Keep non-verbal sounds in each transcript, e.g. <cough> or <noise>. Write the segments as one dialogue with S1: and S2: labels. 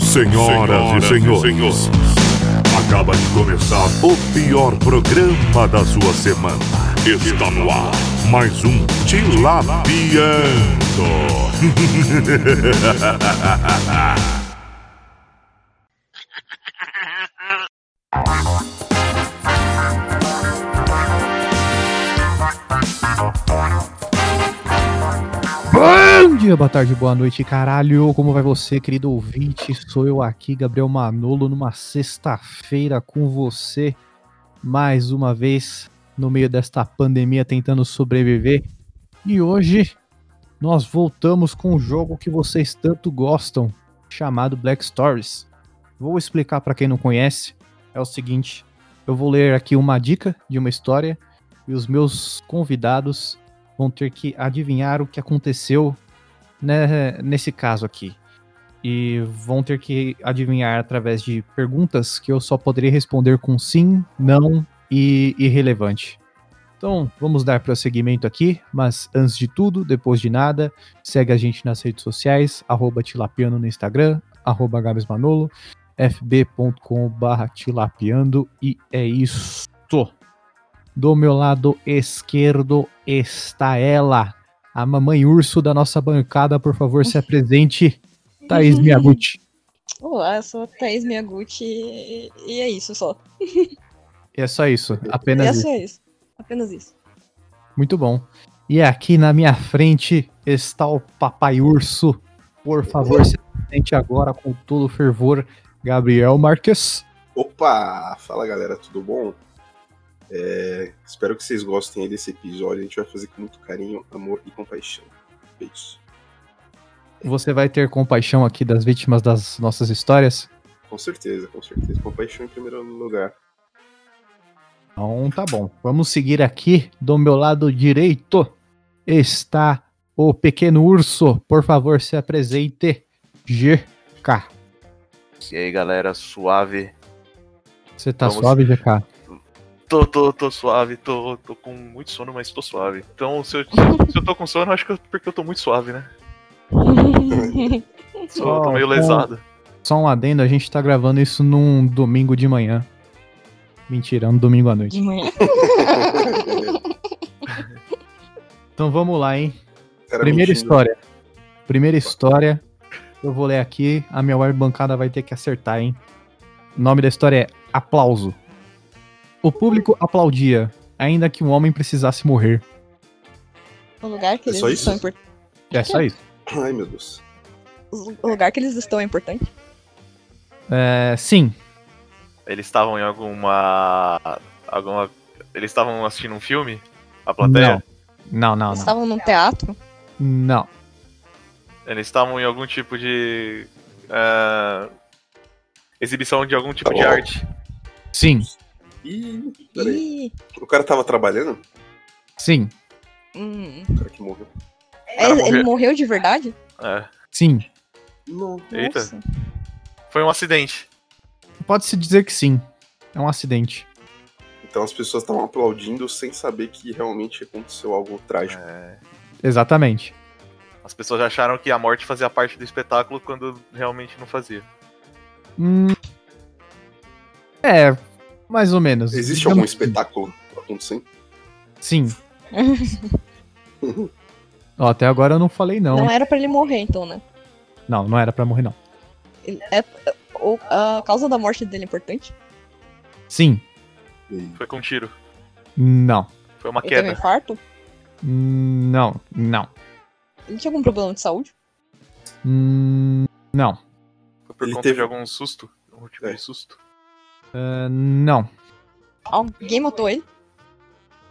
S1: Senhoras, e senhores, acaba de começar o pior programa da sua semana. Está no ar mais um Tilapiando.
S2: Bom dia, boa tarde, boa noite, caralho. Como vai você, querido ouvinte? Sou eu aqui, Gabriel Manolo, numa sexta-feira com você, mais uma vez, no meio desta pandemia, tentando sobreviver. E hoje nós voltamos com um jogo que vocês tanto gostam, chamado Black Stories. Vou explicar para quem não conhece. É o seguinte, eu vou ler aqui uma dica de uma história e os meus convidados vão ter que adivinhar o que aconteceu né, nesse caso aqui. E vão ter que adivinhar através de perguntas que eu só poderei responder com sim, não e irrelevante. Então, vamos dar prosseguimento aqui, mas antes de tudo, depois de nada, segue a gente nas redes sociais, arroba tilapiano no Instagram, arroba Gabs Manolo, fb.com.br tilapiando, e é isso. Do meu lado esquerdo está ela, a mamãe urso da nossa bancada, por favor, se apresente, Thaís Miyaguchi.
S3: Olá, eu sou a Thaís Miyaguchi e, e é isso só.
S2: E é só isso, apenas
S3: é
S2: isso.
S3: só isso. Apenas isso.
S2: Muito bom. E aqui na minha frente está o papai urso. Por favor, se apresente agora com todo o fervor, Gabriel Marques.
S4: Opa! Fala galera, tudo bom? É, espero que vocês gostem aí desse episódio. A gente vai fazer com muito carinho, amor e compaixão. Beijos.
S2: Você vai ter compaixão aqui das vítimas das nossas histórias?
S4: Com certeza, com certeza. Compaixão em primeiro lugar.
S2: Então tá bom. Vamos seguir aqui. Do meu lado direito está o pequeno urso. Por favor, se apresente. GK.
S5: E aí galera, suave?
S2: Você tá
S5: Vamos-
S2: suave, GK?
S5: Tô, tô, tô suave, tô, tô com muito sono, mas tô suave. Então, se eu, se eu tô com sono, acho que eu- porque eu tô muito suave, né? Só tô
S2: Oh,
S5: meio
S2: bom.
S5: lesado.
S2: Só um adendo, a gente tá gravando isso num domingo de manhã. Mentira, é um domingo à noite.
S3: De manhã.
S2: Então vamos lá, hein?
S5: Tá
S4: Cara
S2: Primeira
S4: mentindo.
S2: história. Primeira história. Eu vou ler aqui, a minha web bancada vai ter que acertar, hein? O nome da história é Aplauso. O público aplaudia, ainda que um homem precisasse morrer.
S3: O lugar que
S4: É
S3: eles
S4: só
S3: estão
S4: isso?
S3: importante.
S2: É só isso.
S4: Ai meu Deus.
S3: O lugar que eles estão é importante.
S2: É, sim,
S5: Eles estavam em alguma. alguma. Eles estavam assistindo um filme? A plateia?
S2: não, não,
S3: Eles
S2: não.
S3: estavam num teatro.
S2: Não,
S5: Eles estavam em algum tipo de. ah, exibição de algum tipo
S4: Tá
S5: de
S2: Oh.
S4: bom.
S5: arte.
S2: sim,
S4: Ih, peraí.
S3: Ih,
S4: O cara tava trabalhando?
S2: sim,
S3: hum.
S4: O cara que morreu.
S3: É,
S5: morreu.
S3: ele morreu de verdade?
S5: É.
S2: sim.
S4: Não.
S5: Eita.
S3: Nossa.
S5: Foi um acidente.
S2: Pode-se dizer que sim. É um acidente.
S4: Então as pessoas estavam aplaudindo sem saber que realmente aconteceu algo trágico.
S5: É.
S2: Exatamente.
S5: As pessoas acharam que a morte fazia parte do espetáculo quando realmente não fazia.
S2: Hum, é, mais ou menos.
S4: Existe
S2: Digamos
S4: algum
S2: que
S4: espetáculo acontecendo?
S2: Sim. Ó, até agora eu não falei não.
S3: Não era pra ele morrer, então, né?
S2: Não, não era pra morrer não.
S3: Ele- é- o- a causa da morte dele é importante?
S2: Sim.
S5: Foi com um tiro.
S2: Não.
S5: Foi uma
S3: Ele teve um
S5: queda.
S3: infarto?
S2: Não. Não.
S3: Ele tinha algum problema de saúde?
S2: Hum, Não.
S5: Foi por
S4: Ele
S5: conta
S4: teve-
S5: de algum susto. Algum tipo
S4: É.
S5: de susto.
S2: Ah, não.
S3: Alguém matou ele?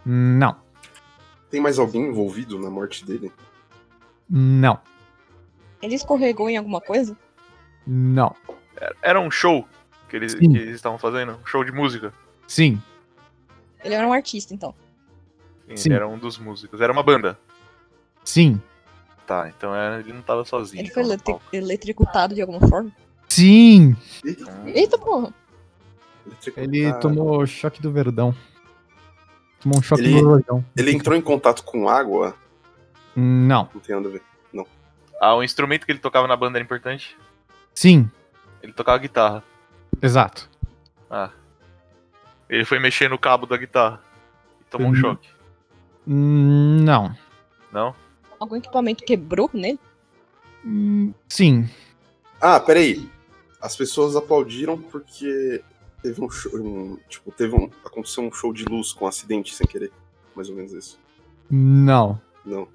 S2: Não.
S4: Tem mais alguém envolvido na morte dele?
S2: Não.
S3: Ele escorregou em alguma coisa?
S2: Não.
S5: Era um show que eles, que
S2: Sim.
S5: eles estavam fazendo? Um show de música?
S2: Sim.
S3: Ele era um artista, então.
S5: Sim,
S2: Sim.
S5: Era um dos músicos. Era uma banda.
S2: Sim.
S5: Tá, então era- ele não tava sozinho.
S3: Ele foi
S5: então,
S3: eletri-
S5: não.
S3: eletricutado de alguma forma?
S2: Sim.
S4: Eita,
S3: Eita porra!
S2: Ele
S4: Ah,
S2: tomou choque do verdão. Tomou um choque
S4: Ele-
S2: do verdão.
S4: Ele entrou em contato com água?
S2: Não.
S4: Não tem nada a ver.
S5: Ah, o instrumento que ele tocava na banda era importante?
S2: Sim.
S5: Ele tocava guitarra.
S2: Exato.
S5: Ele foi mexer no cabo da guitarra e tomou um
S2: Uhum.
S5: choque.
S2: Hum, Não.
S5: Não?
S3: Algum equipamento quebrou nele?
S2: Hum, Sim.
S4: Ah, peraí. As pessoas aplaudiram porque teve um show. um- tipo, teve um. Aconteceu um show de luz com um acidente sem querer. Mais ou menos isso.
S2: Não.
S4: Não.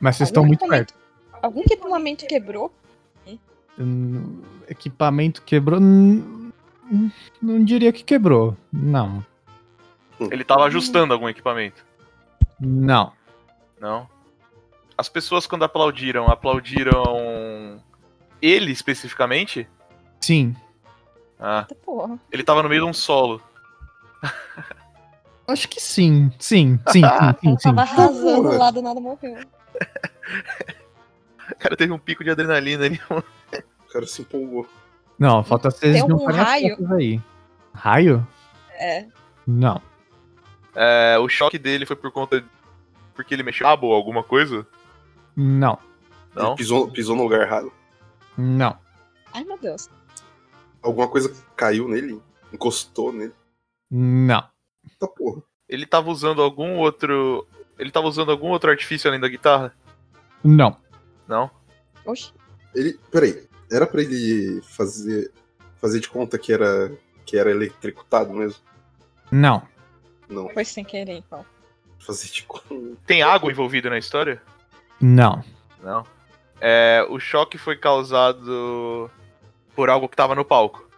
S2: Mas vocês
S3: Algum
S2: estão muito perto.
S3: equipamento- Algum equipamento quebrou?
S2: Hum, Equipamento quebrou. hum, hum, Não diria que quebrou. Não.
S5: Ele
S3: Uhum.
S5: tava ajustando algum equipamento.
S2: Não.
S5: Não? As pessoas quando aplaudiram, aplaudiram ele especificamente?
S2: Sim.
S5: Ah,
S3: Eita porra.
S5: ele tava no meio de um solo.
S2: Acho que sim. Sim,
S3: <laughs>
S2: sim, sim, sim. sim.
S3: Ela tava arrasando
S4: Porra.
S3: lá, do nada morreu.
S5: O cara teve um pico de adrenalina ali.
S4: O cara se empolgou.
S2: Não, falta vocês
S3: Tem
S2: não
S3: um
S2: farem as
S3: raio?
S2: contas aí. Raio?
S3: É.
S2: Não.
S5: É, o choque dele foi por conta de... porque ele mexeu o cabo ou alguma coisa?
S2: Não.
S5: Não?
S4: Ele pisou, pisou no lugar errado.
S2: Não.
S3: Ai, meu Deus.
S4: Alguma coisa caiu nele, encostou nele.
S2: Não.
S4: Tá porra.
S5: Ele tava usando algum outro. Ele tava usando algum outro artifício além da guitarra?
S2: Não.
S5: Não?
S3: Oxi.
S4: Ele. Peraí. Era pra ele fazer. fazer de conta que era. que era eletricutado mesmo?
S2: Não.
S4: Não.
S3: Foi sem querer, então.
S4: Fazer de conta. <laughs>
S5: Tem água envolvida na história?
S2: Não.
S5: Não. É, o choque foi causado por algo que tava no palco.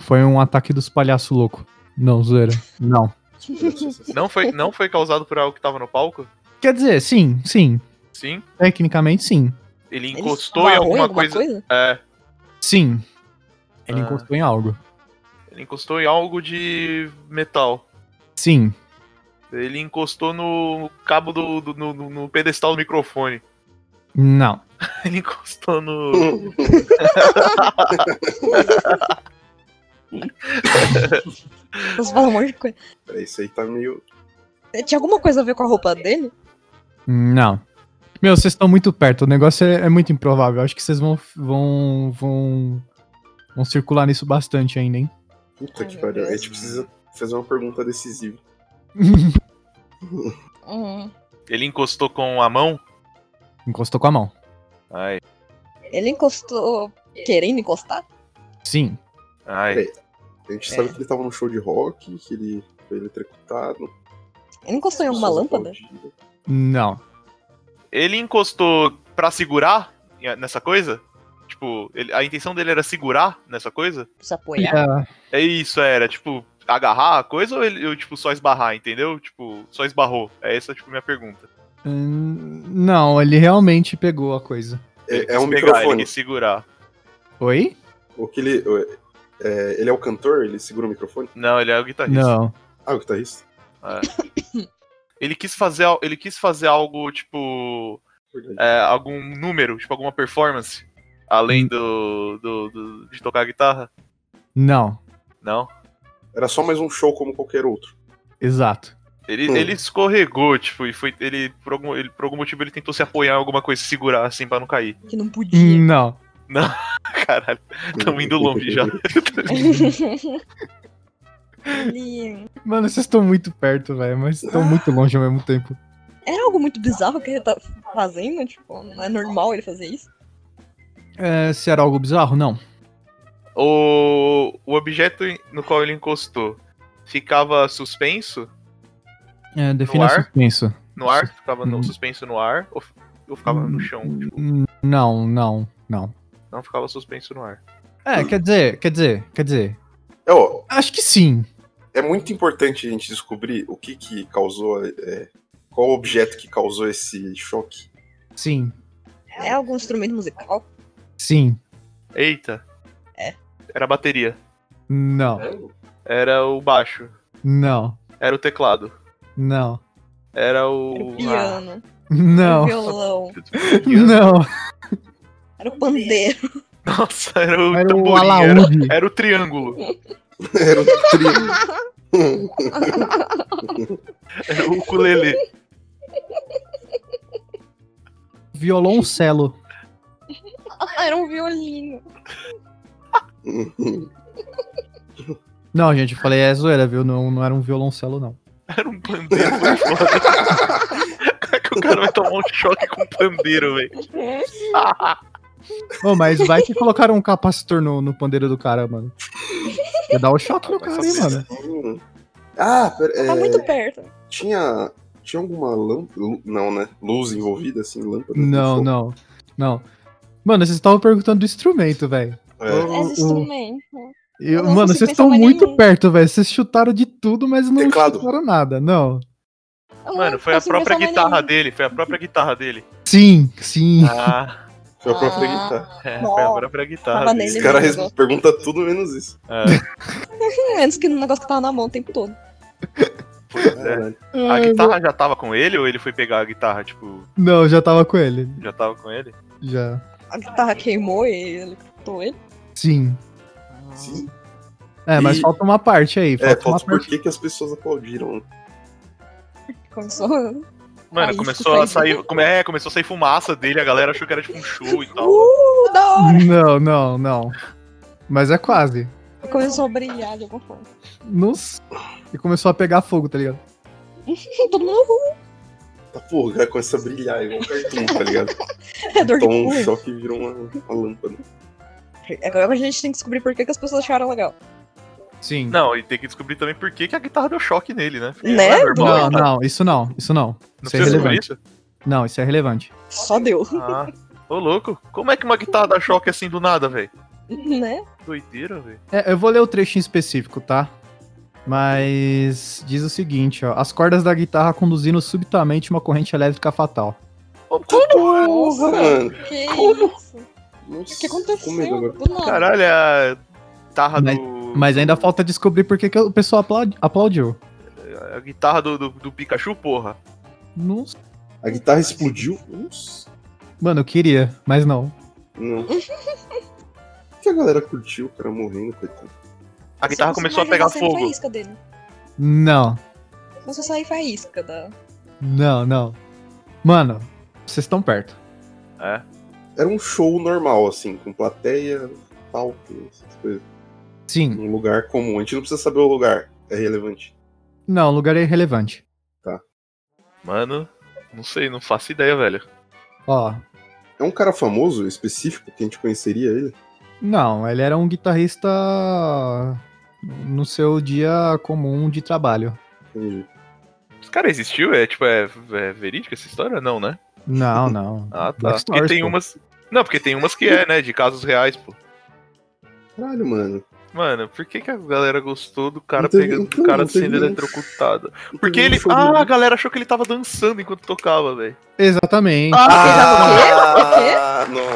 S2: Foi um ataque dos palhaços louco. Não, zoeira. Não.
S5: Não foi, não foi causado por algo que tava no palco?
S2: Quer dizer, sim, sim.
S5: Sim.
S2: Tecnicamente, sim.
S5: Ele
S3: Ele
S5: <laughs> encostou em
S3: esbarrou
S5: alguma coisa. É.
S2: Sim. Ele
S5: Ah.
S2: encostou em algo.
S5: Ele encostou em algo de metal.
S2: Sim.
S5: Ele encostou no cabo do. do- no, no- no pedestal do microfone. <laughs>
S2: Não.
S5: Ele encostou no.
S3: Os valores um de coisa. É,
S4: Peraí, isso aí tá meio.
S3: Tinha alguma coisa a ver com a roupa dele?
S2: Não. Meu, vocês estão muito perto. O negócio é, é muito improvável. Acho que vocês vão, vão, vão, vão circular nisso bastante ainda, hein?
S4: Puta
S3: Ai,
S4: que
S3: meu
S4: pariu. A
S3: Deus.
S4: gente precisa fazer uma pergunta decisiva.
S3: Hum.
S5: Ele encostou com a mão?
S2: Encostou com a mão.
S5: Ai.
S3: Ele encostou querendo encostar?
S2: Sim.
S5: Ai.
S4: Peraí. A gente
S5: É.
S4: sabe que ele tava num show de rock, que ele foi eletrocutado.
S3: Ele encostou em alguma
S4: pessoas
S3: É lâmpada?
S4: aplaudiram.
S2: Não.
S5: Ele encostou pra segurar nessa coisa? Tipo, ele- a intenção dele era segurar nessa coisa?
S3: Se apoiar?
S2: Ah,
S5: É isso, era, tipo, agarrar a coisa ou ele, eu, tipo, só esbarrar, entendeu? Tipo, só esbarrou. É essa, tipo, minha pergunta.
S2: hum, não, ele realmente pegou a coisa.
S5: Ele
S4: É, é
S5: quis
S4: um
S5: pegar, Ele
S4: microfone.
S5: quis segurar.
S2: Oi?
S4: O que ele. É, ele é o cantor, ele segura o microfone.
S5: Não, ele é o guitarrista.
S2: Não.
S4: Ah, o guitarrista.
S5: É. Ele quis fazer, al- ele quis fazer algo, tipo,
S4: Verdade.
S5: é, algum número, tipo, alguma performance, além do, do- do- de tocar guitarra?
S2: Não.
S5: Não.
S4: Era só mais um show como qualquer outro.
S2: Exato.
S5: Ele,
S4: Hum.
S5: ele escorregou, tipo, e foi, ele por, algum, ele, por algum motivo, ele tentou se apoiar em alguma coisa, se segurar, assim, pra não cair. <laughs>
S3: Que não podia.
S2: Não.
S5: Caralho, <laughs> tamo indo
S4: <laughs>
S5: longe já.
S2: Hum.
S3: ele.
S2: Mano, vocês estão muito perto, velho, mas estão muito longe ao mesmo tempo.
S3: Era algo muito bizarro que ele tá fazendo? Tipo, não é normal ele fazer isso?
S2: É, se era algo bizarro? Não.
S5: O, o objeto em- no qual ele encostou ficava suspenso
S2: É, defina
S5: No ar?
S2: suspenso.
S5: no ar? Ficava no,
S2: Hum.
S5: suspenso no ar? Ou, f- ou ficava no chão? Tipo,
S2: Hum, Não, não, não.
S5: não ficava suspenso no ar.
S2: É,
S5: Hum.
S2: quer dizer, quer dizer, quer dizer.
S4: É, ó,
S2: Acho que sim.
S4: é muito importante a gente descobrir o que que causou. é, qual o objeto que causou esse choque. <laughs>
S2: Sim,
S3: É algum instrumento musical?
S2: sim.
S5: Eita!
S3: É.
S5: Era a bateria.
S2: Não,
S5: Era o baixo.
S2: não,
S5: Era o teclado.
S2: não,
S5: Era
S3: Era
S5: o.
S3: o
S5: <laughs>
S3: piano, era o
S2: não,
S3: violão,
S5: Ah,
S2: <laughs> não.
S3: era o pandeiro.
S5: Nossa, era o
S2: Era o
S5: tamborim. Era,
S2: alaúde.
S5: era o triângulo.
S4: Era um trio.
S5: Era o ukulele.
S2: Violoncelo.
S3: <laughs> Ah, era um violino.
S2: Não, gente, eu falei, é zoeira, viu? Não, não era um violoncelo, não.
S5: Era um pandeiro muito foda. Como
S3: <laughs>
S5: é que o cara vai tomar um choque com um pandeiro, velho?
S4: É.
S2: Ô, mas vai que colocaram um capacitor no, no pandeiro do cara, mano. Ia dar o choque no cara, hein, mano.
S4: Hum. <laughs> Ah, pera, é,
S3: Tá muito perto.
S4: tinha, tinha alguma lâmpada? lu- Não, né? Luz envolvida, assim, lâmpada?
S2: Não, não, não. Mano, vocês estavam perguntando do instrumento, velho.
S4: É,
S2: o-
S3: É isso também.
S2: Eu-
S3: Eu não
S2: Mano,
S3: consigo
S2: vocês
S3: pensar
S2: estão
S3: mais
S2: muito
S3: nenhum.
S2: perto, velho. Vocês chutaram de tudo, mas não
S4: Teclado.
S2: chutaram nada. Não.
S3: Eu não
S5: Mano, foi a
S3: consigo
S5: própria
S3: pensar mais
S5: guitarra
S3: nenhum.
S5: dele, foi a própria guitarra dele.
S3: <laughs>
S2: Sim, sim.
S5: Ah,
S4: foi a própria
S3: Ah.
S4: guitarra.
S5: é,
S3: Nossa.
S5: foi a própria guitarra
S3: Tava
S5: dele.
S4: Os
S3: nele.
S4: caras
S3: mesmo.
S4: res- perguntam tudo menos isso.
S5: É,
S3: Antes que o negócio que tava na mão o tempo todo.
S4: Caralho.
S5: A guitarra já tava com ele ou ele foi pegar a guitarra, tipo,
S2: Não, já tava com ele.
S5: já tava com ele?
S2: Já.
S3: A guitarra queimou e ele cortou ele.
S2: Sim.
S4: Sim.
S2: É, mas
S4: E-
S2: falta uma parte aí. Falta
S4: É,
S2: uma
S4: falta por
S2: parte.
S4: que, que as pessoas aplaudiram.
S3: Começou.
S5: Mano,
S3: Aí,
S5: começou a
S3: isso aí.
S5: sair. Come, é, começou a sair fumaça dele, a galera achou que era tipo um show e tal.
S3: Uh, da hora!
S2: Não, não, não. Mas é quase.
S3: Começou a brilhar de alguma forma. <laughs>
S2: Nos... E começou a pegar fogo, tá ligado?
S3: Todo mundo
S4: Tá porra, o cara começa a brilhar igual um cartoon, tá
S3: <laughs>
S4: ligado?
S3: é dor de
S4: Então um
S3: cu.
S4: choque virou uma, uma lâmpada.
S3: Agora a gente tem que descobrir por que, que as pessoas acharam legal.
S2: Sim. Não,
S5: Não, e tem que descobrir também por que, que a guitarra deu choque nele, né? Porque
S3: Né?
S5: não é normal,
S2: não,
S5: tá?
S2: isso não, isso não.
S5: Não
S2: Isso é
S5: precisa descobrir
S2: relevante.
S5: isso?
S2: Não, isso é relevante.
S3: Só deu. <laughs>
S5: Ah, ô louco. Como é que uma guitarra dá choque assim do nada, velho?
S3: Né?
S5: Doideira, velho.
S2: É, eu vou ler o trecho em específico, tá? Mas diz o seguinte, ó. As cordas da guitarra conduzindo subitamente uma corrente elétrica fatal.
S5: Ô, Como?
S4: Nossa, mano.
S3: Que
S5: Como?
S3: isso? O
S4: Nossa,
S3: que
S4: tô com medo
S3: aconteceu?
S4: agora.
S3: Do nada.
S5: Caralho, é a guitarra
S2: Mas-
S5: do.
S2: Mas ainda falta descobrir por que, que o pessoal aplaudi- aplaudiu.
S5: é A guitarra do, do, do Pikachu, porra.
S2: Não
S4: A guitarra explodiu? Nossa.
S2: Mano, eu queria, mas não.
S3: <laughs>
S4: Não. O que a galera curtiu, o cara morrendo, coitado?
S5: A guitarra
S3: Só-
S5: começou a
S3: mas
S5: pegar
S3: essa aí Foi a
S5: fogo.
S3: isca dele.
S2: Não,
S3: Mas só sair foi a isca da.
S2: não, não. Mano, vocês estão perto.
S5: É.
S4: Era um show normal, assim, com plateia, palco, essas coisas.
S2: Sim.
S4: Num lugar comum. A gente não precisa saber o lugar. É relevante.
S2: Não, o lugar é irrelevante.
S5: Mano, não sei, não faço ideia, velho.
S2: Ó,
S4: É um cara famoso, específico, que a gente conheceria ele?
S2: não, ele era um guitarrista no seu dia comum de trabalho.
S4: Entendi.
S5: Esse cara existiu? É tipo, é, é verídica essa história? Não, né?
S2: Não, não.
S5: <laughs> Ah, tá.
S2: Backstories,
S5: Porque tem
S2: pô.
S5: umas. Não, porque tem umas que é, né? De casos reais, pô.
S4: Caralho, mano.
S5: Mano, por que, que a galera gostou do cara
S4: Não teve-
S5: pegando
S4: então,
S5: o cara
S4: não teve
S5: sendo
S4: nenhum-
S5: eletrocutado?
S4: Não
S5: Porque
S4: tem
S5: ele.
S4: um show
S5: Ah,
S4: dele.
S5: a galera achou que ele tava dançando enquanto tocava, velho.
S2: Exatamente.
S4: Ah, nossa.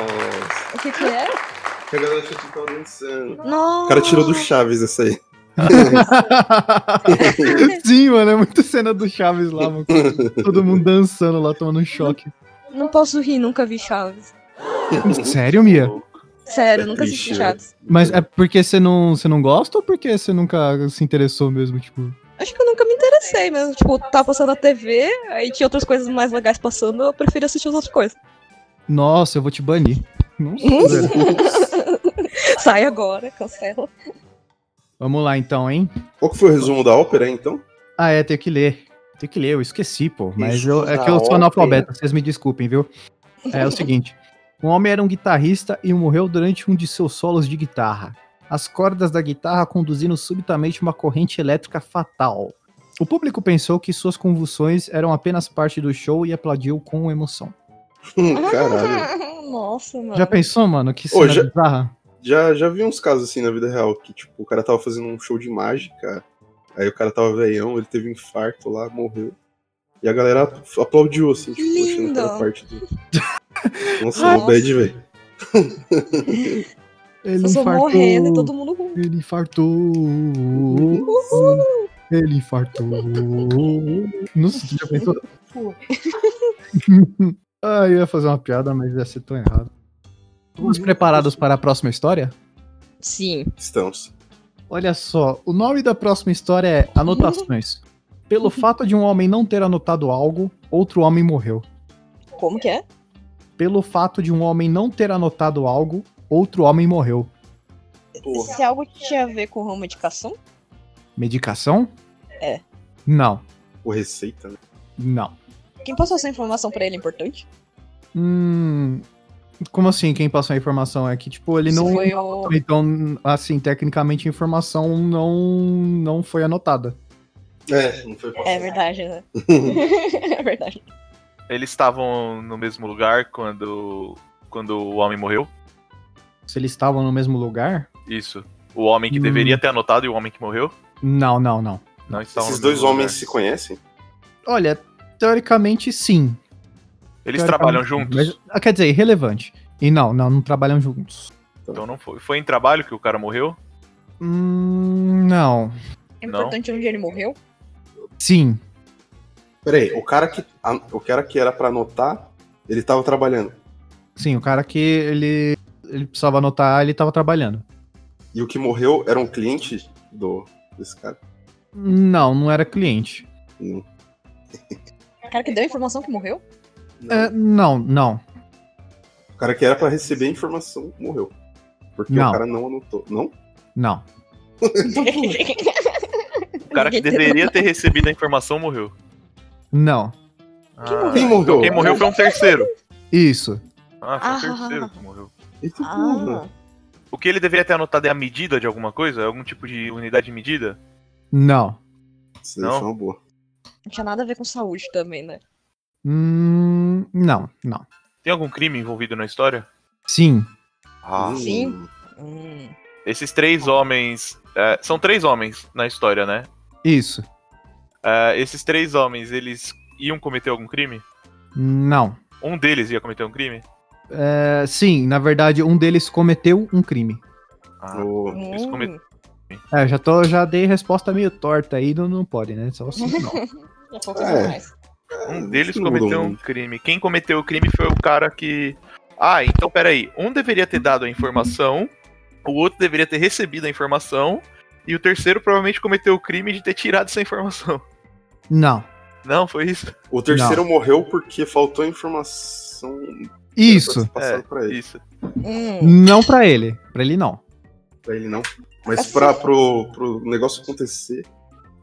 S4: um
S3: O que que é?
S4: Que a galera achou que tava dançando.
S3: Nossa!
S4: O cara tirou do Chaves essa aí.
S2: Sim, mano, é muito cena do Chaves lá, mano. Todo mundo dançando lá, tomando um choque.
S3: Não posso rir, nunca vi Chaves.
S2: Sério, Mia?
S3: Sério,
S4: É
S3: nunca assisti
S4: triste,
S3: Chaves.
S2: Mas é porque você não, você não gosta ou porque você nunca se interessou mesmo, tipo?
S3: Acho que eu nunca me interessei mesmo. Tipo, tava passando na TV, aí tinha outras coisas mais legais passando, eu prefiro assistir as outras coisas.
S2: Nossa, eu vou te banir. Nossa,
S3: Hum?
S2: velho.
S3: Sai agora, cancela.
S2: Vamos lá então, hein?
S4: Qual que foi o resumo da ópera, hein, então? <laughs>
S2: Ah, é, tenho que ler. Tenho que ler, eu esqueci, pô. Mas
S4: Isso tá
S2: eu- é
S4: da
S2: que eu sou
S4: ópera.
S2: analfabeta, vocês me desculpem, viu? É o seguinte: um homem era um guitarrista e morreu durante um de seus solos de guitarra. As cordas da guitarra conduzindo subitamente uma corrente elétrica fatal. O público pensou que suas convulsões eram apenas parte do show e aplaudiu com emoção.
S4: Hum,
S3: Ah.
S4: Caralho.
S3: <laughs> Nossa, mano.
S2: Já pensou, mano? Que cena
S4: já-
S2: bizarra.
S4: Já, já vi uns casos assim na vida real, que tipo, o cara tava fazendo um show de mágica, aí o cara tava veião, ele teve um infarto lá, morreu. E a galera aplaudiu, assim, tipo, achando que
S3: Lindo.
S4: era parte
S3: <laughs>
S4: do. Nossa,
S3: Ai,
S4: mó bad, velho.
S2: Ele
S3: Eu sou
S2: infartou.
S3: morrendo e todo mundo ruim.
S2: Ele infartou. Ele infartou. Nossa, já pensou? ah, eu ia fazer uma piada, mas ia ser tão errado. Estamos preparados para a próxima história?
S3: Sim.
S4: Estamos.
S2: Olha só, o nome da próxima história é Anotações. Pelo fato de um homem não ter anotado algo, outro homem morreu.
S3: Como que é?
S2: Pelo fato de um homem não ter anotado algo, outro homem morreu.
S4: Porra.
S3: Se algo tinha a ver com uma medicação?
S2: Medicação?
S3: É.
S2: Não,
S4: O receita, né?
S2: não.
S3: Quem passou essa informação pra ele é importante?
S2: Hum, como assim? Quem passou a informação é que, tipo, ele
S3: Se
S2: não.
S3: foi o...
S2: Então, assim, tecnicamente a informação não, não foi anotada.
S4: É, não foi
S3: É verdade, né? <laughs> é verdade.
S5: Eles estavam no mesmo lugar quando, quando o homem morreu?
S2: Se eles estavam no mesmo lugar?
S5: Isso. O homem que
S2: Hum.
S5: deveria ter anotado e o homem que morreu?
S2: Não, não, não.
S5: Não estavam
S4: Esses
S5: no mesmo
S4: dois homens
S5: lugar.
S4: se conhecem?
S2: Olha, teoricamente sim.
S5: Eles
S2: Teoricamente,
S5: trabalham
S2: sim,
S5: juntos?
S2: mas- ah, quer dizer, irrelevante. E não, não, não trabalham juntos.
S5: Então não foi. Foi em trabalho que o cara morreu?
S2: Hum, não.
S3: É
S5: Não.
S3: importante onde ele morreu?
S2: Sim.
S4: Peraí, o cara que, a- o cara que era pra anotar, ele tava trabalhando.
S2: Sim, o cara que ele, ele precisava anotar, ele tava trabalhando.
S4: E o que morreu era um cliente do, desse cara.
S2: Não, não era cliente.
S4: Não.
S3: O cara que deu a informação que morreu?
S2: É, não, não.
S4: O cara que era pra receber a informação morreu. Porque
S2: Não.
S4: o cara não anotou. Não?
S2: Não.
S3: <laughs>
S5: O cara que
S3: Ninguém
S5: deveria ter recebido a informação morreu.
S2: Não.
S5: Quem
S4: Ah, então Quem morreu?
S5: Quem morreu foi um terceiro.
S2: Isso.
S5: Ah, foi um
S3: Ah.
S5: terceiro que morreu.
S4: Eita porra.
S3: Ah,
S5: O que ele deveria ter anotado é a medida de alguma coisa? Algum tipo de unidade de medida?
S2: Não.
S4: Isso daí
S5: Não.
S4: foi uma boa.
S3: não tinha nada a ver com saúde também, né?
S2: Hum, não, não.
S5: Tem algum crime envolvido na história?
S2: Sim.
S4: Hum.
S3: Sim. Hum.
S5: Esses três homens. é, são três homens na história, né?
S2: Isso.
S5: É, esses três homens, eles iam cometer algum crime?
S2: Não.
S5: Um deles ia cometer um crime?
S2: É, sim, na verdade, um deles cometeu um crime.
S5: Ah,
S4: Boa.
S5: Eles
S3: Hum.
S5: cometeram-
S2: É, já, tô, já dei resposta meio torta aí, não, não pode, né? Só assim, não.
S3: Já faltou coisa
S4: É.
S3: mais.
S5: um
S4: Acho
S5: deles
S4: que não
S5: cometeu
S4: mudou
S5: um
S4: muito.
S5: crime. Quem cometeu o crime foi o cara que. Ah, então peraí. Um deveria ter dado a informação, o outro deveria ter recebido a informação, e o terceiro provavelmente cometeu o crime de ter tirado essa informação. <laughs>
S2: Não.
S5: Não, foi isso?
S4: O terceiro morreu porque faltou informação.
S2: Isso.
S4: Passando pra ele.
S5: Isso.
S3: Hum.
S2: Não pra ele. Pra ele, não.
S4: Pra ele não. Mas pra, pro, pro negócio acontecer.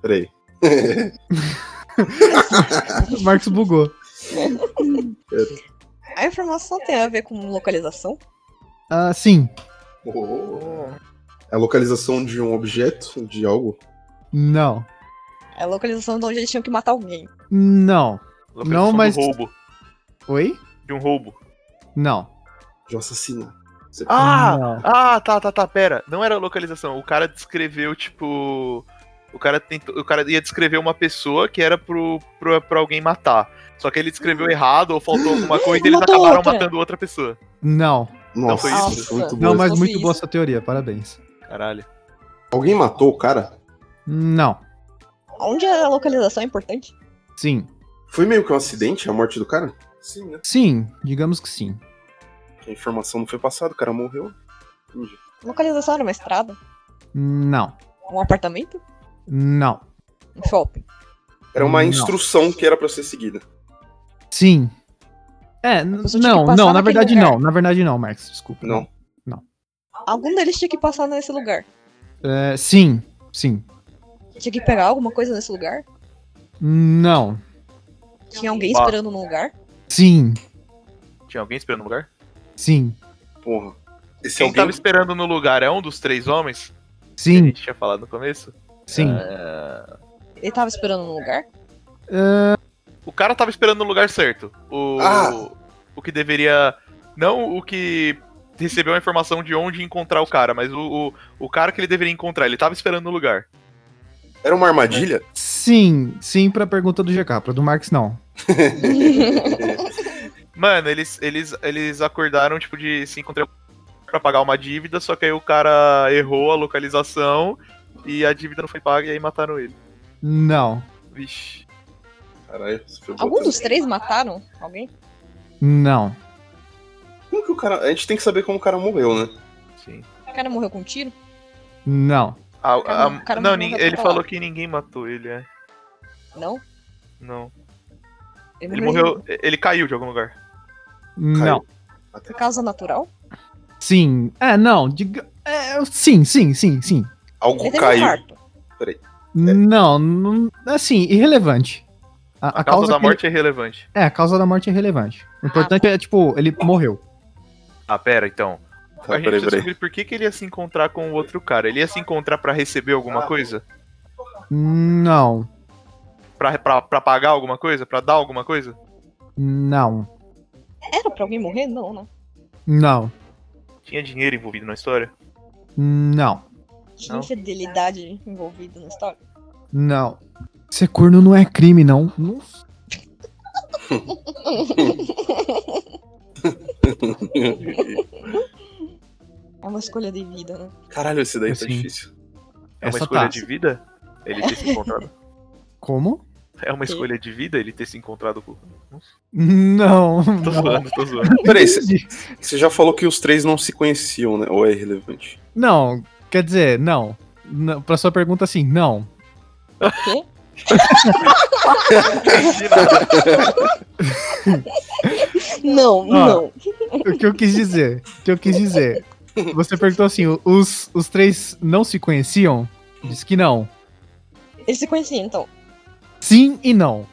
S4: Peraí.
S2: O Marcos bugou.
S3: A informação tem a ver com localização?
S2: Ah, sim.
S4: Oh. É a localização de um objeto, de algo.
S2: Não.
S3: É a localização de onde eles tinham que matar alguém.
S2: Não.
S5: Localização do
S2: mas-
S5: roubo.
S2: Oi?
S5: De um roubo.
S2: Não.
S4: De um assassinato. Você-
S5: Ah!
S2: Não.
S5: Ah, tá, tá, tá, pera. Não era a localização. O cara descreveu, tipo. O cara, tentou, o cara ia descrever uma pessoa que era pro, pro, pra alguém matar. Só que ele
S2: Ah.
S5: descreveu errado ou faltou alguma coisa e eles
S3: Matou
S5: acabaram
S3: outra.
S5: matando outra pessoa.
S2: Não.
S4: Nossa,
S5: Não,
S4: isso
S5: foi
S3: isso.
S4: foi muito
S2: Não,
S4: bom.
S2: mas
S3: fosse
S2: muito boa
S3: isso.
S2: essa teoria, parabéns.
S5: Caralho.
S4: Alguém matou o cara?
S2: Não.
S3: Onde a localização é importante?
S2: Sim.
S4: Foi meio que um acidente a morte do cara? Sim, né?
S2: Sim, digamos que sim.
S4: A informação não foi passada, o cara morreu. Entendi.
S3: Localização era uma estrada?
S2: Não.
S3: Um apartamento?
S2: Não.
S3: Um shopping?
S4: Era uma
S2: Não.
S4: instrução que era pra ser seguida.
S2: Sim. É, n-
S3: pessoa tinha que
S2: não,
S3: passar
S2: não, na
S3: naquele
S2: verdade
S3: lugar.
S2: não. Na verdade não, Marcos, desculpa.
S4: Não.
S3: Algum deles tinha que passar nesse lugar.
S2: É, sim, sim.
S3: Tinha que pegar alguma coisa nesse lugar?
S2: Não.
S3: Tinha alguém
S5: Bah.
S3: esperando no lugar?
S2: Sim,
S5: Tinha alguém esperando no lugar?
S2: sim,
S4: Porra. Esse
S5: Quem
S4: alguém
S5: tava esperando no lugar é um dos três homens que a
S2: sim,
S5: gente tinha falado no começo?
S2: sim.
S3: Ele tava esperando no lugar? <laughs>
S5: O cara tava esperando no lugar certo. O,
S4: Ah.
S5: o que deveria. Não o que recebeu a informação de onde encontrar o cara, mas o, o, o cara que ele deveria encontrar. Ele tava esperando no lugar.
S4: Era uma armadilha?
S2: Sim, sim pra pergunta do GK, pra do Marcos não.
S5: Mano, eles, eles, eles acordaram, tipo, de se encontrar pra pagar uma dívida, só que aí o cara errou a localização e a dívida não foi paga e aí mataram ele.
S2: Não,
S5: Vixe.
S4: Caralho, isso foi bom
S3: Algum
S4: também.
S3: dos três mataram alguém?
S2: não,
S4: Como que o cara. A gente tem que saber como o cara morreu, né?
S5: Sim.
S3: O cara morreu com um tiro?
S2: não,
S5: A,
S3: cara-
S5: a-
S3: o cara
S5: não,
S3: não
S5: nin-
S3: vai
S5: ele
S3: pra
S5: falou
S3: lá.
S5: que ninguém matou ele, é.
S3: Não.
S5: Não. Ele morreu. Ele caiu de algum lugar.
S2: não.
S4: Caiu. Até
S3: por causa natural?
S2: Sim, é, não, diga... É, sim, sim, sim, sim.
S4: Algo
S3: Ele teve um
S4: caiu.
S3: infarto.
S2: Não, não- assim, irrelevante. A,
S5: A causa da
S2: que ele-
S5: morte é relevante.
S2: É, a causa da morte é irrelevante. O
S3: Ah,
S2: importante
S3: tá.
S2: é, tipo, ele morreu.
S5: Ah, pera, então.
S4: Tá,
S5: a
S4: peraí,
S5: gente precisa
S4: peraí.
S5: descobrir por que, que ele ia se encontrar com o outro cara. Ele ia
S2: Ah.
S5: se encontrar pra receber alguma coisa?
S2: Não,
S5: Pra, pra, pra pagar alguma coisa? Pra dar alguma coisa?
S2: não,
S3: Era pra alguém morrer? Não, né?
S2: não,
S5: Tinha dinheiro envolvido na história?
S2: não,
S3: Tinha
S5: Não.
S3: infidelidade envolvida na história.
S2: não. Ser corno não é crime, não. Não
S3: É uma escolha de vida, né?
S4: Caralho, esse daí
S2: Assim.
S4: tá difícil.
S5: É uma
S2: Essa
S5: escolha
S2: tá.
S5: de vida? Ele ter
S2: <laughs>
S5: se encontrado.
S2: Como?
S5: É uma
S3: Sim.
S5: escolha de vida ele ter se encontrado com.
S2: Não.
S5: Tô
S2: não.
S5: zoando, tô zoando.
S2: <laughs>
S4: Peraí, você você já falou que os três não se conheciam, né? Ou é irrelevante?
S2: Não, quer dizer, não. não. Pra sua pergunta, assim, não.
S3: Não,
S2: Ah.
S3: não.
S2: O que eu quis dizer, o que eu quis dizer. Você perguntou assim, os, os três não se conheciam? Diz que não.
S3: Eles se conheciam, então.
S2: Sim e não.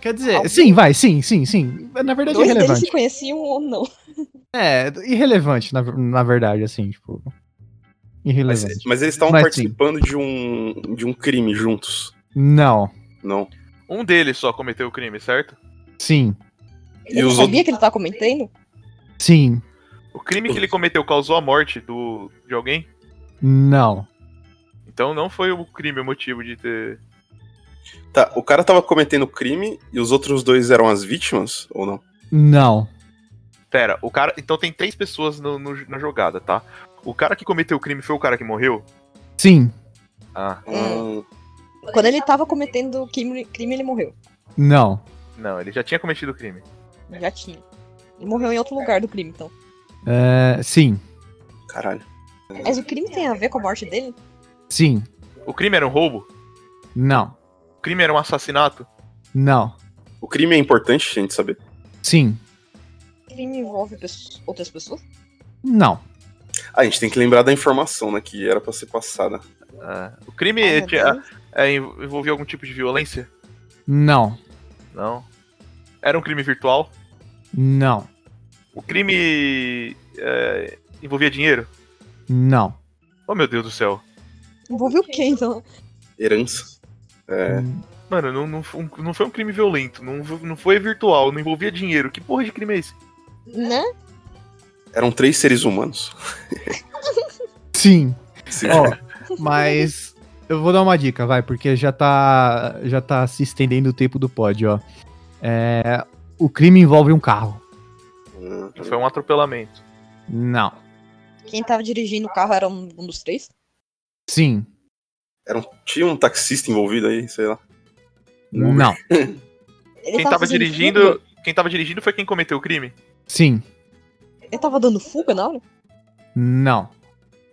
S2: Quer dizer, sim, vai, sim, sim, sim. Na verdade é
S3: Dois deles se
S2: irrelevante.
S3: conheciam ou não.
S2: É, irrelevante, na, na verdade, assim, tipo.
S4: Mas,
S2: Irrelevante.
S4: mas eles estavam
S2: Mas
S4: participando de um, de um crime juntos.
S2: Não.
S4: Não.
S5: Um deles só cometeu o crime, certo?
S2: Sim.
S4: E
S3: ele
S4: os
S3: sabia
S4: outros.
S3: que ele tava comentando?
S2: Sim.
S5: O crime que ele cometeu causou a morte do de alguém?
S2: Não.
S5: Então não foi o crime o motivo de ter.
S4: Tá, o cara tava cometendo crime e os outros dois eram as vítimas? Ou não?
S2: Não.
S5: Pera, o cara. Então tem três pessoas no- no- na jogada, tá? O cara que cometeu o crime foi o cara que morreu?
S2: Sim.
S5: Ah,
S3: Hum.
S4: Ah,
S3: Quando ele tava cometendo o crime, crime, ele morreu.
S2: Não.
S5: não, ele já tinha cometido o crime.
S3: Já tinha. Ele morreu em outro lugar do crime, então.
S2: É, sim.
S4: caralho.
S3: Mas o crime tem a ver com a morte dele?
S2: Sim.
S5: O crime era um roubo?
S2: Não.
S5: O crime era um assassinato?
S2: Não.
S4: O crime é importante a gente saber?
S2: Sim.
S3: O crime envolve pesso- outras pessoas?
S2: Não.
S4: Ah, a gente tem que lembrar da informação, né? Que era pra ser passada.
S5: Ah, o crime
S3: Ah, meu
S5: tinha-
S3: Deus.
S5: é, env- envolvia algum tipo de violência?
S2: Não.
S5: Não. Era um crime virtual?
S2: Não.
S5: O crime é, envolvia dinheiro?
S2: Não.
S5: Oh meu Deus do céu.
S3: Envolve o quê, então?
S4: Herança. É.
S5: Mano, não, não, foi um- não foi um crime violento, não, não foi virtual, não envolvia dinheiro. Que porra de crime é esse?
S3: Né?
S4: Eram três seres humanos.
S2: Sim.
S4: Sim.
S2: Ó, mas eu vou dar uma dica, vai, porque já tá, já tá se estendendo o tempo do pod, ó. É, o crime envolve um carro.
S4: Hum,
S5: Foi um atropelamento.
S2: Não.
S3: Quem tava dirigindo o carro era um, um dos três?
S2: Sim.
S4: Era um- tinha um taxista envolvido aí, sei lá. Uber.
S2: Não.
S3: Ele
S5: Quem tava
S3: fazendo
S5: dirigindo.
S3: fuga?
S5: Quem tava dirigindo foi quem cometeu o crime?
S2: Sim.
S3: Ele tava dando fuga na hora?
S2: Não.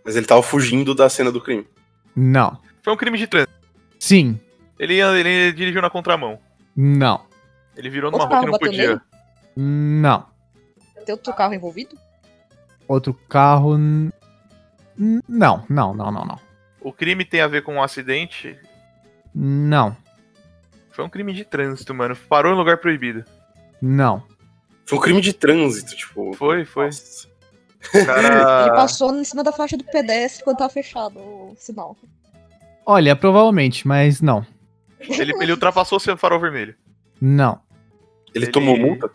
S4: Mas ele tava fugindo da cena do crime.
S2: Não.
S5: Foi um crime de trânsito.
S2: Sim.
S5: Ele, ia- ele dirigiu na contramão.
S2: Não.
S5: Ele virou numa
S3: Outro
S5: rua que não
S3: carro bateu
S5: podia.
S2: Não.
S3: Tem outro carro envolvido?
S2: Outro carro. n- n- Não, não, não, não, não.
S5: O crime tem a ver com um acidente.
S2: Não.
S5: Foi um crime de trânsito, mano. Parou em lugar proibido.
S2: Não.
S4: Foi um crime de trânsito, tipo.
S5: Foi, foi.
S4: Nossa.
S5: O
S3: <laughs>
S5: cara-
S3: Ele passou em cima da faixa do pedestre quando tava fechado o sinal.
S2: Olha, provavelmente, mas não.
S5: Ele, ele ultrapassou o seu farol vermelho.
S2: Não.
S4: Ele,
S5: Ele-
S4: tomou multa?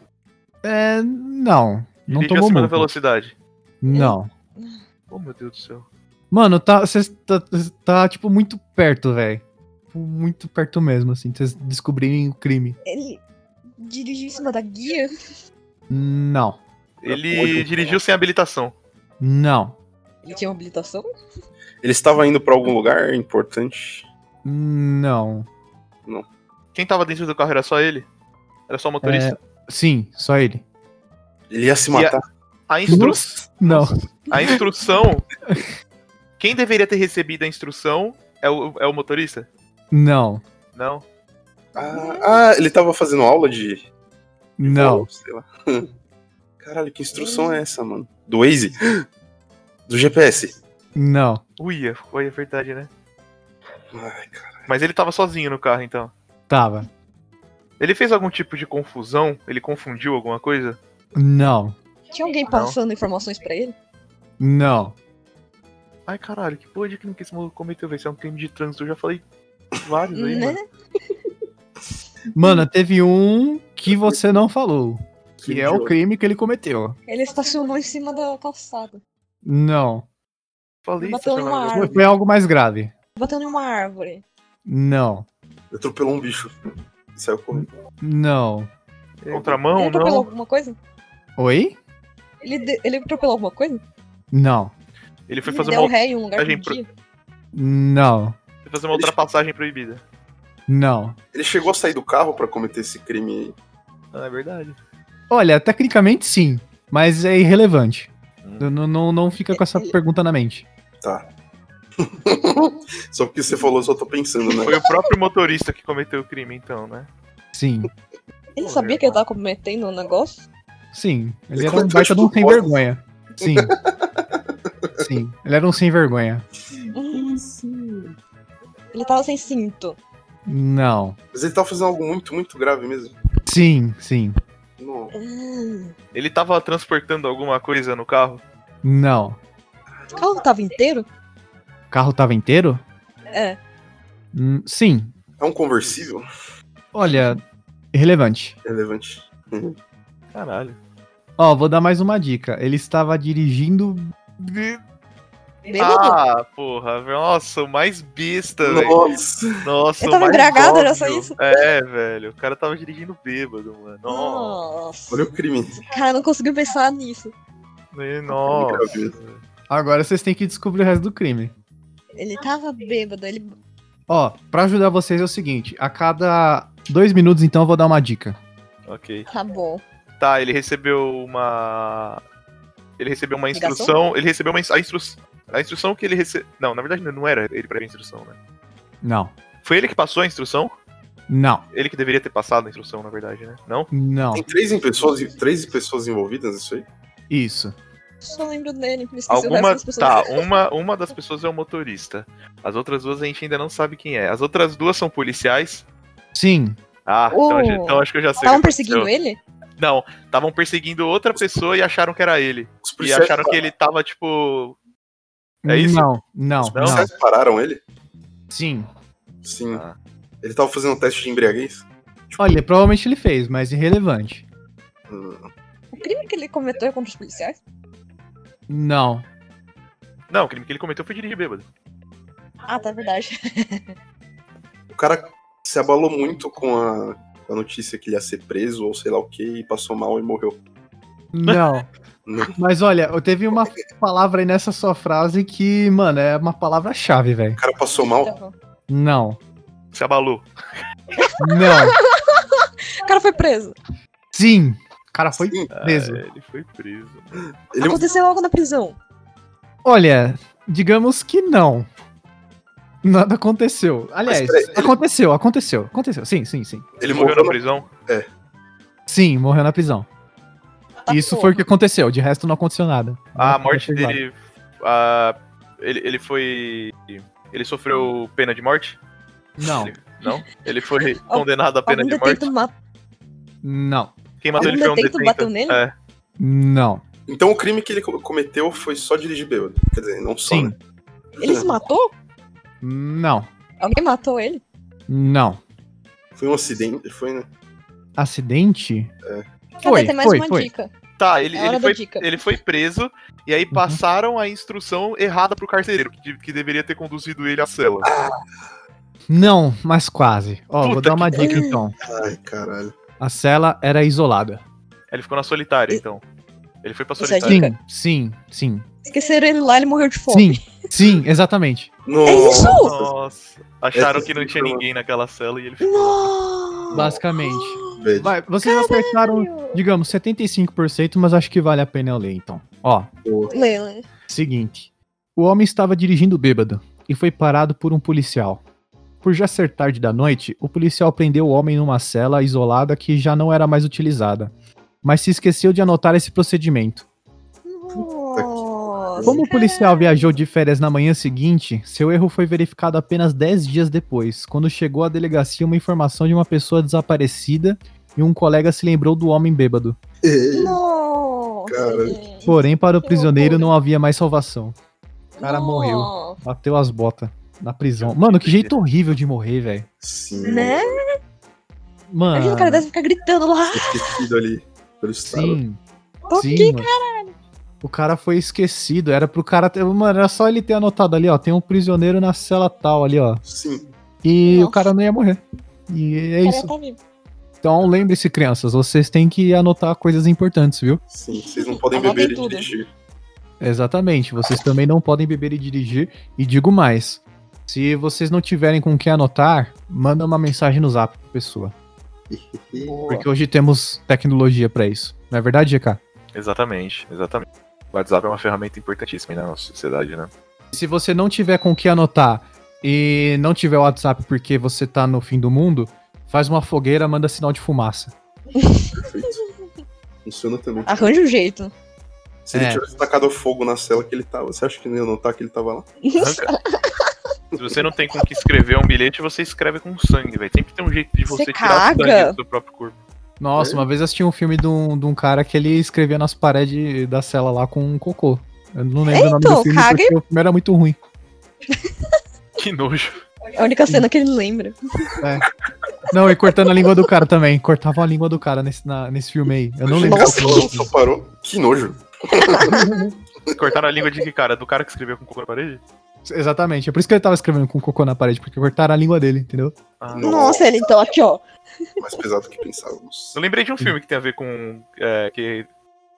S2: É. Não. Não
S5: Dirigiu
S2: tomou
S5: acima da
S2: muito.
S5: velocidade.
S2: Não.
S5: Oh meu Deus do céu.
S2: Mano, tá, cês tá, tá, tipo, muito perto, velho. Muito perto mesmo, assim, de vocês descobrirem o crime.
S3: Ele dirigiu em cima da guia?
S2: Não.
S5: Ele dirigiu sem habilitação.
S2: Não.
S3: Ele tinha uma habilitação?
S4: Ele estava indo pra algum lugar importante?
S2: Não.
S5: Quem tava dentro do carro era só ele? Era só o motorista?
S2: É. Sim, só ele.
S4: Ele ia se
S5: E a-
S4: matar?
S5: A, instru...
S2: Não.
S5: a instrução. Quem deveria ter recebido a instrução é o, é o motorista?
S2: Não.
S5: Não.
S4: Ah, ah, ele tava fazendo aula de. de
S2: Não.
S4: voo, sei lá. <laughs> Caralho, que instrução é essa, mano? <gasps> Do Waze? Do GPS?
S2: Não.
S5: Uia, foi é verdade, né?
S4: Ai, cara.
S5: Mas ele tava sozinho no carro, então.
S2: Tava.
S5: Ele fez algum tipo de confusão? Ele confundiu alguma coisa?
S2: Não.
S3: Tinha alguém passando informações pra ele?
S2: Não.
S5: Ai, caralho, que porra de crime que esse maluco cometeu, velho? Isso é um crime de trânsito, eu já falei vários aí,
S3: Né?
S5: mano.
S2: Mano, teve um que você não falou.
S4: Crime
S2: Que é
S4: de
S2: o
S4: ódio.
S2: crime que ele cometeu.
S3: Ele estacionou em cima da calçada.
S2: Não.
S5: Falei
S3: Bateu
S5: seu
S3: numa
S5: nome.
S2: Foi- Foi algo mais grave.
S3: Bateu em uma árvore.
S2: Não.
S4: Atropelou um bicho. é E saiu correndo.
S2: Não.
S5: Contramão,
S3: ele atropelou
S5: não.
S3: alguma coisa?
S2: Oi?
S3: Ele, de- ele atropelou alguma coisa?
S2: Não.
S5: Ele foi
S3: ele
S5: fazer,
S3: deu
S5: uma,
S3: ré em um lugar que não
S5: pro-
S3: tinha?
S2: Não.
S5: foi fazer uma ultrapassagem proibida.
S2: Não.
S4: Ele chegou a sair do carro pra cometer esse crime aí.
S5: Ah, é verdade.
S2: Olha, tecnicamente sim, mas é irrelevante.
S5: Hum.
S2: Não- Não, não, não fica com essa pergunta na mente.
S4: Tá. só porque você falou, eu só tô pensando, né?
S5: Foi o próprio motorista que cometeu o crime, então, né?
S2: Sim.
S3: Ele
S5: é
S3: sabia que ele tava cometendo um negócio?
S2: Sim. Ele
S4: Ele
S2: era um
S4: cometeu
S2: baita de um sem
S4: estupro.
S2: vergonha. Sim. Sim. Ele era um sem vergonha.
S3: Ele tava sem cinto.
S2: Não.
S4: Mas ele tava fazendo algo muito, muito grave mesmo.
S2: Sim, sim.
S4: Não.
S3: Ah,
S5: Ele tava transportando alguma coisa no carro?
S2: Não.
S3: o carro tava inteiro?
S2: O carro tava inteiro?
S3: É.
S2: Hum, Sim.
S4: É um conversível? É
S2: Olha, irrelevante.
S4: Relevante.
S5: Caralho.
S2: Ó, vou dar mais uma dica. Ele estava dirigindo.
S3: Bêbado?
S5: Ah, porra. velho. Nossa, o mais besta, velho.
S4: Nossa.
S5: Nossa,
S3: Ele
S5: o
S3: tava
S5: mais
S3: embriagado, era
S5: óbvio.
S3: só isso?
S5: É, velho. O cara tava dirigindo bêbado, mano. Ah, Nossa.
S3: Nossa.
S4: Olha o crime.
S3: Cara, não conseguiu pensar nisso.
S5: Nossa.
S2: Agora vocês têm que descobrir o resto do crime.
S3: Ele tava bêbado, ele.
S2: Ó, pra ajudar vocês é o seguinte: a cada dois minutos, então, eu vou dar uma dica.
S5: Ok.
S3: Tá bom.
S5: Tá, ele recebeu uma. Ele recebeu uma
S3: Ligação?
S5: instrução. Ele recebeu uma ins- a instrução. A instrução que ele recebeu. Não, na verdade não era ele pra ver a instrução, né?
S2: Não,
S5: Foi ele que passou a instrução?
S2: não,
S5: Ele que deveria ter passado a instrução, na verdade, né? Não?
S2: não.
S4: Tem três em pessoas, três pessoas envolvidas nisso aí?
S2: Isso.
S3: Só lembro dele, me esqueci o resto
S5: Alguma.
S3: das pessoas.
S5: Tá, uma, uma das pessoas é o motorista. As outras duas a gente ainda não sabe quem é. As outras duas são policiais.
S2: Sim,
S5: Ah,
S3: Oh.
S5: então, então acho que eu já sei. o
S3: Estavam
S5: que aconteceu.
S3: perseguindo ele?
S5: Não, estavam perseguindo outra pessoa e acharam que era ele.
S4: Os
S5: E
S4: policiais,
S5: acharam que ele tava, tipo. É isso?
S2: Não, não,
S4: os
S2: não.
S4: policiais pararam ele?
S2: Sim.
S4: Sim.
S5: Ah.
S4: Ele tava fazendo um teste de embriaguez?
S2: Olha, provavelmente ele fez, mas irrelevante.
S4: Hum.
S3: O crime que ele cometeu é contra os policiais?
S2: Não,
S5: Não, o crime que ele cometeu foi dirigir bêbado.
S3: Ah, tá, é verdade.
S4: O cara se abalou muito com a, com a notícia que ele ia ser preso ou sei lá o que e passou mal e morreu.
S2: não.
S4: Não.
S2: mas olha, eu teve uma palavra aí nessa sua frase que, mano, é uma palavra-chave, velho.
S4: O cara passou mal?
S3: Tá bom.
S2: Não,
S5: Se abalou.
S2: não,
S3: O cara foi preso.
S2: sim. O cara foi
S4: Sim.
S2: preso.
S5: Ah, ele foi preso. é
S4: Ele
S5: um
S3: Aconteceu algo na prisão.
S2: Olha, digamos que não. Nada aconteceu. Aliás,
S4: peraí, ele-
S2: aconteceu, aconteceu, aconteceu. Sim, sim, sim.
S4: Ele
S5: morreu na
S4: morreu
S5: prisão?
S2: Sim, morreu na prisão.
S3: Tá
S2: Isso
S3: bom.
S2: foi o que aconteceu, de resto não aconteceu nada.
S5: Ah,
S2: Não
S5: a morte
S2: aconteceu nada.
S5: dele. ah, ele, ele foi. Ele sofreu pena de morte?
S2: Não,
S5: Não?
S3: <laughs>
S5: Ele foi condenado à pena
S3: Algum
S5: de morte?
S3: detento matou.
S2: não,
S5: Quem matou
S3: algum
S5: ele foi um
S3: detento
S5: detento.
S3: bateu nele?
S5: É.
S2: não.
S4: Então o crime que ele co- cometeu foi só dirigir bêbado. Quer dizer, não só,
S2: Sim.
S4: né?
S3: Ele se matou?
S2: Não,
S3: Alguém matou ele?
S2: não.
S4: Foi um acidente, foi, né?
S2: Acidente?
S3: Cadê? Tem mais uma dica.
S5: Tá, ele,
S3: É
S5: ele,
S3: hora da
S5: foi,
S3: dica. Uhum.
S5: ele foi preso e aí passaram a instrução errada pro carcereiro, que, que deveria ter conduzido ele à cela.
S2: Não, mas quase. Ó, vou
S5: Puta
S2: dar uma
S5: que
S2: dica então.
S4: Ai, caralho.
S2: A cela era isolada.
S5: Ele ficou na solitária, então. Ele foi pra
S3: Isso é
S5: solitária.
S2: Sim, sim, sim.
S3: Esqueceram ele lá, ele morreu de fome. É
S2: Sim, sim, exatamente.
S5: Oh.
S4: Nossa.
S5: Nossa. Acharam
S4: Essa
S5: que não tinha
S4: sim,
S5: ninguém naquela cela e ele ficou.
S3: Nossa!
S2: Basicamente.
S4: velho.
S2: Vai, vocês acertaram, digamos, 75%, mas acho que vale a pena eu ler então. Ó,
S3: Leila.
S2: Seguinte. O homem estava dirigindo bêbado e foi parado por um policial. Por já ser tarde da noite, o policial prendeu o homem numa cela isolada que já não era mais utilizada, mas se esqueceu de anotar esse procedimento.
S3: Nossa,
S2: Como o policial viajou de férias na manhã seguinte, seu erro foi verificado apenas 10 dias depois, quando chegou à delegacia uma informação de uma pessoa desaparecida e um colega se lembrou do homem bêbado.
S4: É,
S3: Nossa,
S4: Cara,
S3: gente.
S2: Porém, para o
S3: Que
S2: prisioneiro
S3: loucura.
S2: não havia mais salvação. O cara morreu,
S3: Nossa.
S2: bateu as botas na prisão. Mano, que jeito horrível de morrer, velho.
S4: Sim.
S3: Né? Imagina
S2: Mano,
S3: o cara deve ficar gritando lá.
S4: Esquecido ali pelo estado.
S2: sim.
S3: Toquei,
S2: Sim, mano. O cara foi esquecido, era pro cara ter, mano, era só ele ter anotado ali, ó, tem um prisioneiro na cela tal ali, ó.
S4: Sim.
S2: E
S3: Nossa.
S2: o cara não ia morrer. E é
S3: cara
S2: isso.
S3: tá vivo.
S2: Então lembre-se, crianças, vocês têm que anotar coisas importantes, viu?
S4: Sim. Vocês não podem
S3: Anotem
S4: beber e
S3: tudo.
S4: dirigir.
S2: Exatamente. Vocês também não podem beber e dirigir. E digo mais. Se vocês não tiverem com o que anotar, manda uma mensagem no zap pra pessoa. Porque hoje temos tecnologia pra isso. Não é verdade, GK?
S5: Exatamente, exatamente. O WhatsApp é uma ferramenta importantíssima na nossa sociedade, né?
S2: Se você não tiver com o que anotar e não tiver o WhatsApp porque você tá no fim do mundo, faz uma fogueira, manda sinal de fumaça.
S4: Perfeito. Funciona também.
S3: Arranja um jeito.
S4: Se ele
S2: Ah, É.
S4: tivesse tacado fogo na cela que ele tava, você acha que não ia notar que ele tava lá?
S5: Se você não tem com que escrever um bilhete, você escreve com sangue, velho. Sempre tem um jeito de você
S3: Você
S5: tirar o sangue
S3: caga.
S5: do seu próprio corpo.
S2: Nossa,
S4: É.
S2: uma vez eu assisti um filme de um, de um cara que ele escrevia nas paredes da cela lá com um cocô. Eu não lembro o nome do
S3: Então,
S2: filme
S3: caga
S2: porque o filme era muito ruim.
S5: Que nojo.
S3: <laughs>
S5: <laughs>
S3: É a única cena que ele lembra.
S2: Não, e cortando a língua do cara também. Cortava a língua do cara nesse, na- nesse filme aí. Eu não lembro.
S4: Nossa,
S2: qual filme.
S4: só parou. Que nojo.
S5: Cortaram a língua de que cara? Do cara que escreveu com cocô na parede?
S2: Exatamente. É por isso que ele tava escrevendo com cocô na parede, porque cortaram a língua dele, entendeu?
S5: Ah.
S4: Não.
S3: Nossa, ele então aqui, ó.
S4: Mais pesado que pensávamos.
S5: Eu lembrei de um filme que tem a ver com. é, que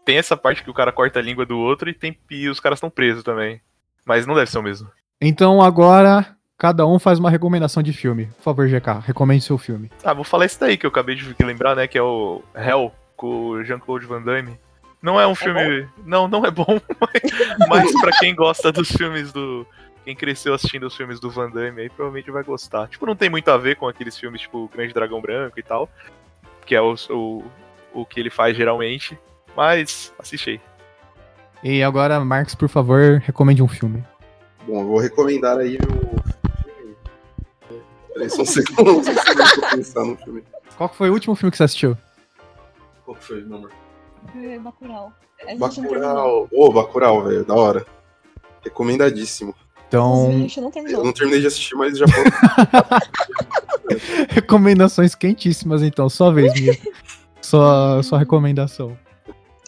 S5: tem essa parte que o cara corta a língua do outro e, tem, e os caras estão presos também. Mas não deve ser o mesmo.
S2: Então agora, cada um faz uma recomendação de filme. Por favor, GK, recomende seu filme.
S5: Ah, vou falar esse daí que eu acabei de lembrar, né? Que é o Hell, com o Jean-Claude Van Damme. Não é um filme. não, não é bom, <laughs> mas, mas pra quem gosta dos filmes do. Quem cresceu assistindo os filmes do Van Damme aí provavelmente vai gostar. Tipo, não tem muito a ver com aqueles filmes tipo Grande Dragão Branco e tal. Que é o, o, o que ele faz geralmente. Mas assiste aí.
S2: E agora, Marcos, por favor, recomende um filme.
S4: Bom, eu vou recomendar aí o. Peraí, só um segundo. Só um segundo pra pensar no filme.
S2: Qual que foi o último filme que você assistiu?
S4: Qual que foi, meu amor?
S3: É, Bacurau. A gente não terminou.
S4: Bacurau. Ô, Bacurau, velho. Da hora. Recomendadíssimo.
S3: Os
S2: Então,
S3: bichos não
S4: Eu
S3: terminou.
S4: não terminei de assistir, mas já
S3: <laughs>
S4: posso.
S2: <laughs> recomendações quentíssimas, então. Só vez, minha. Sua, sua recomendação.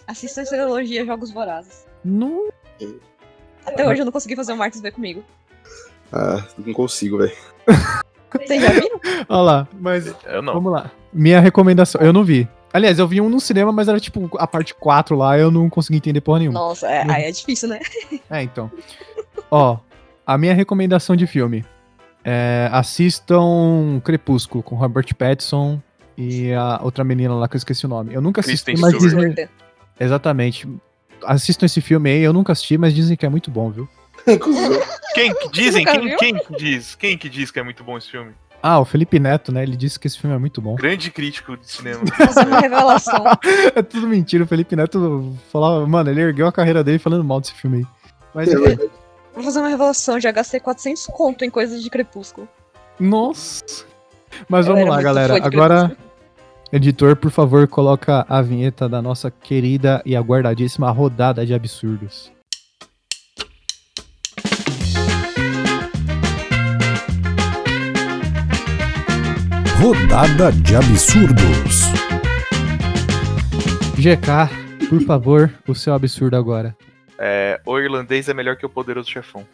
S3: Assista a trilogia Jogos Vorazes.
S2: Não.
S3: Até hoje eu não consegui fazer o Marcos ver comigo.
S4: Ah, não consigo, velho. <laughs>
S3: Vocês já viram?
S2: Olha lá, mas
S5: Eu não.
S2: Vamos lá. Minha recomendação. Eu não vi. Aliás, eu vi um no cinema, mas era tipo a parte 4 lá, eu não consegui entender porra nenhuma.
S3: Nossa, é, aí é difícil, né?
S2: É, então. Ó, a minha recomendação de filme. É, assistam Crepúsculo com Robert Pattinson e a outra menina lá que eu esqueci o nome. Eu nunca assisti,
S5: Kristen
S2: mas
S5: Stewart.
S2: dizem... Exatamente. Assistam esse filme aí, eu nunca assisti, mas dizem que é muito bom, viu?
S5: Quem que dizem?
S3: Nunca
S5: Quem,
S3: viu?
S5: quem que diz? Quem que diz que é muito bom esse filme?
S2: Ah, o Felipe Neto, né? Ele disse que esse filme é muito bom. <laughs>
S5: Grande crítico de cinema.
S3: Nossa, uma revelação.
S2: É tudo mentira, o Felipe Neto falava, mano, ele ergueu a carreira dele falando mal desse filme aí.
S4: É
S2: Mas
S3: é
S2: é, enfim.
S3: Vou fazer uma revelação, já gastei 400 conto em coisas de crepúsculo.
S2: Nossa! Mas
S3: Eu
S2: vamos
S3: era
S2: lá,
S3: muito
S2: galera.
S3: fã de
S2: Agora, editor, por favor, coloca a vinheta da nossa querida e aguardadíssima rodada de absurdos.
S6: Rodada de absurdos.
S2: GK, por favor, o seu absurdo agora.
S5: É, o irlandês é melhor que o poderoso chefão.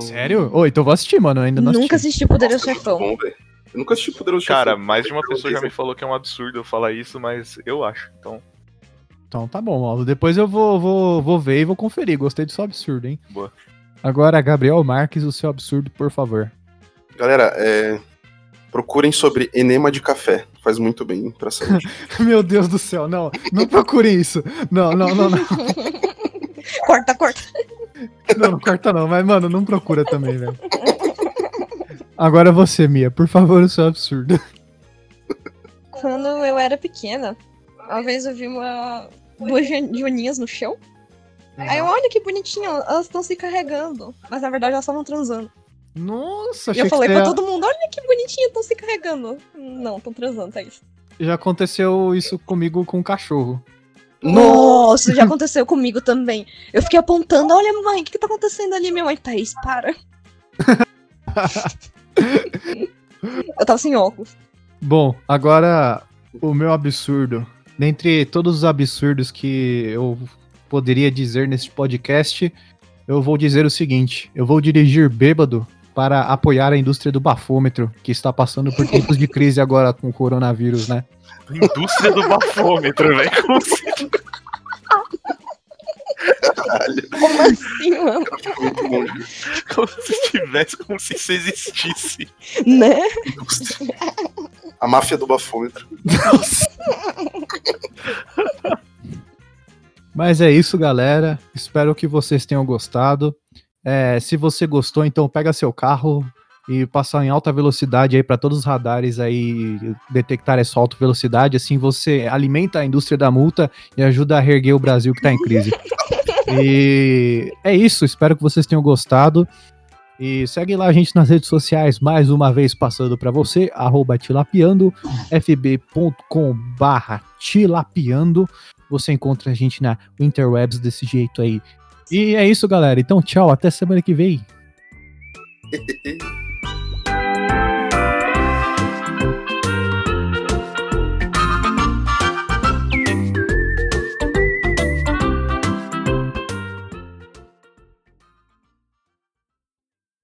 S2: Sério? Ô, então vou assistir, mano. eu ainda não
S3: Nunca
S2: assisti.
S3: assisti o Poderoso Chefão.
S4: Bom, velho. Eu nunca assisti Poderoso
S5: Cara,
S4: Chefão.
S5: mais de uma pessoa já me falou que é um absurdo eu falar isso, mas eu acho. Então,
S2: Então tá bom, ó. Depois eu vou, vou, vou ver e vou conferir. Gostei do seu absurdo, hein?
S5: Boa.
S2: Agora, Gabriel Marques, o seu absurdo, por favor. <laughs>
S4: Galera, é, procurem sobre enema de café. Faz muito bem pra saúde.
S2: Meu Deus do céu, não. Não procurem isso. Não, não, não, não.
S3: Corta, corta.
S2: Não, não corta não, mas, mano, não procura também, velho. Agora você, Mia, por favor, o seu absurdo.
S3: Quando eu era pequena, uma vez eu vi uma... duas jan- joaninhas no chão. Aí
S2: Uhum.
S3: eu, olha que bonitinho, elas estão se carregando. Mas na verdade elas estavam transando.
S2: Nossa,
S3: E eu
S2: achei
S3: falei
S2: que
S3: pra
S2: você-
S3: todo mundo, olha que bonitinho, estão se carregando. Não, estão transando, tá isso.
S2: já aconteceu isso comigo com um cachorro.
S3: Nossa, já aconteceu comigo também. Eu fiquei apontando, olha, mãe, o que, que tá acontecendo ali? Minha mãe, Thaís,
S2: <laughs>
S3: para. eu tava sem óculos.
S2: Bom, agora o meu absurdo. Dentre todos os absurdos que eu poderia dizer neste podcast, eu vou dizer o seguinte: eu vou dirigir bêbado para apoiar a indústria do bafômetro, que está passando por tempos de crise agora com o coronavírus, né?
S5: Indústria do bafômetro, velho. Como assim?
S3: Como assim, mano?
S4: Muito bom.
S5: Como se tivesse, como se isso existisse.
S3: Né?
S4: A máfia do bafômetro.
S2: Mas é isso, galera. Espero que vocês tenham gostado. É, se você gostou, então pega seu carro e passa em alta velocidade aí para todos os radares aí detectarem essa alta velocidade. Assim você alimenta a indústria da multa e ajuda a reerguer o Brasil que tá em crise. E é isso. Espero que vocês tenham gostado. E segue lá a gente nas redes sociais, mais uma vez passando para você, arroba tilapiando, fb.com barra tilapiando. Você encontra a gente na Interwebs desse jeito aí. E é isso, galera. Então, tchau. Até semana que vem.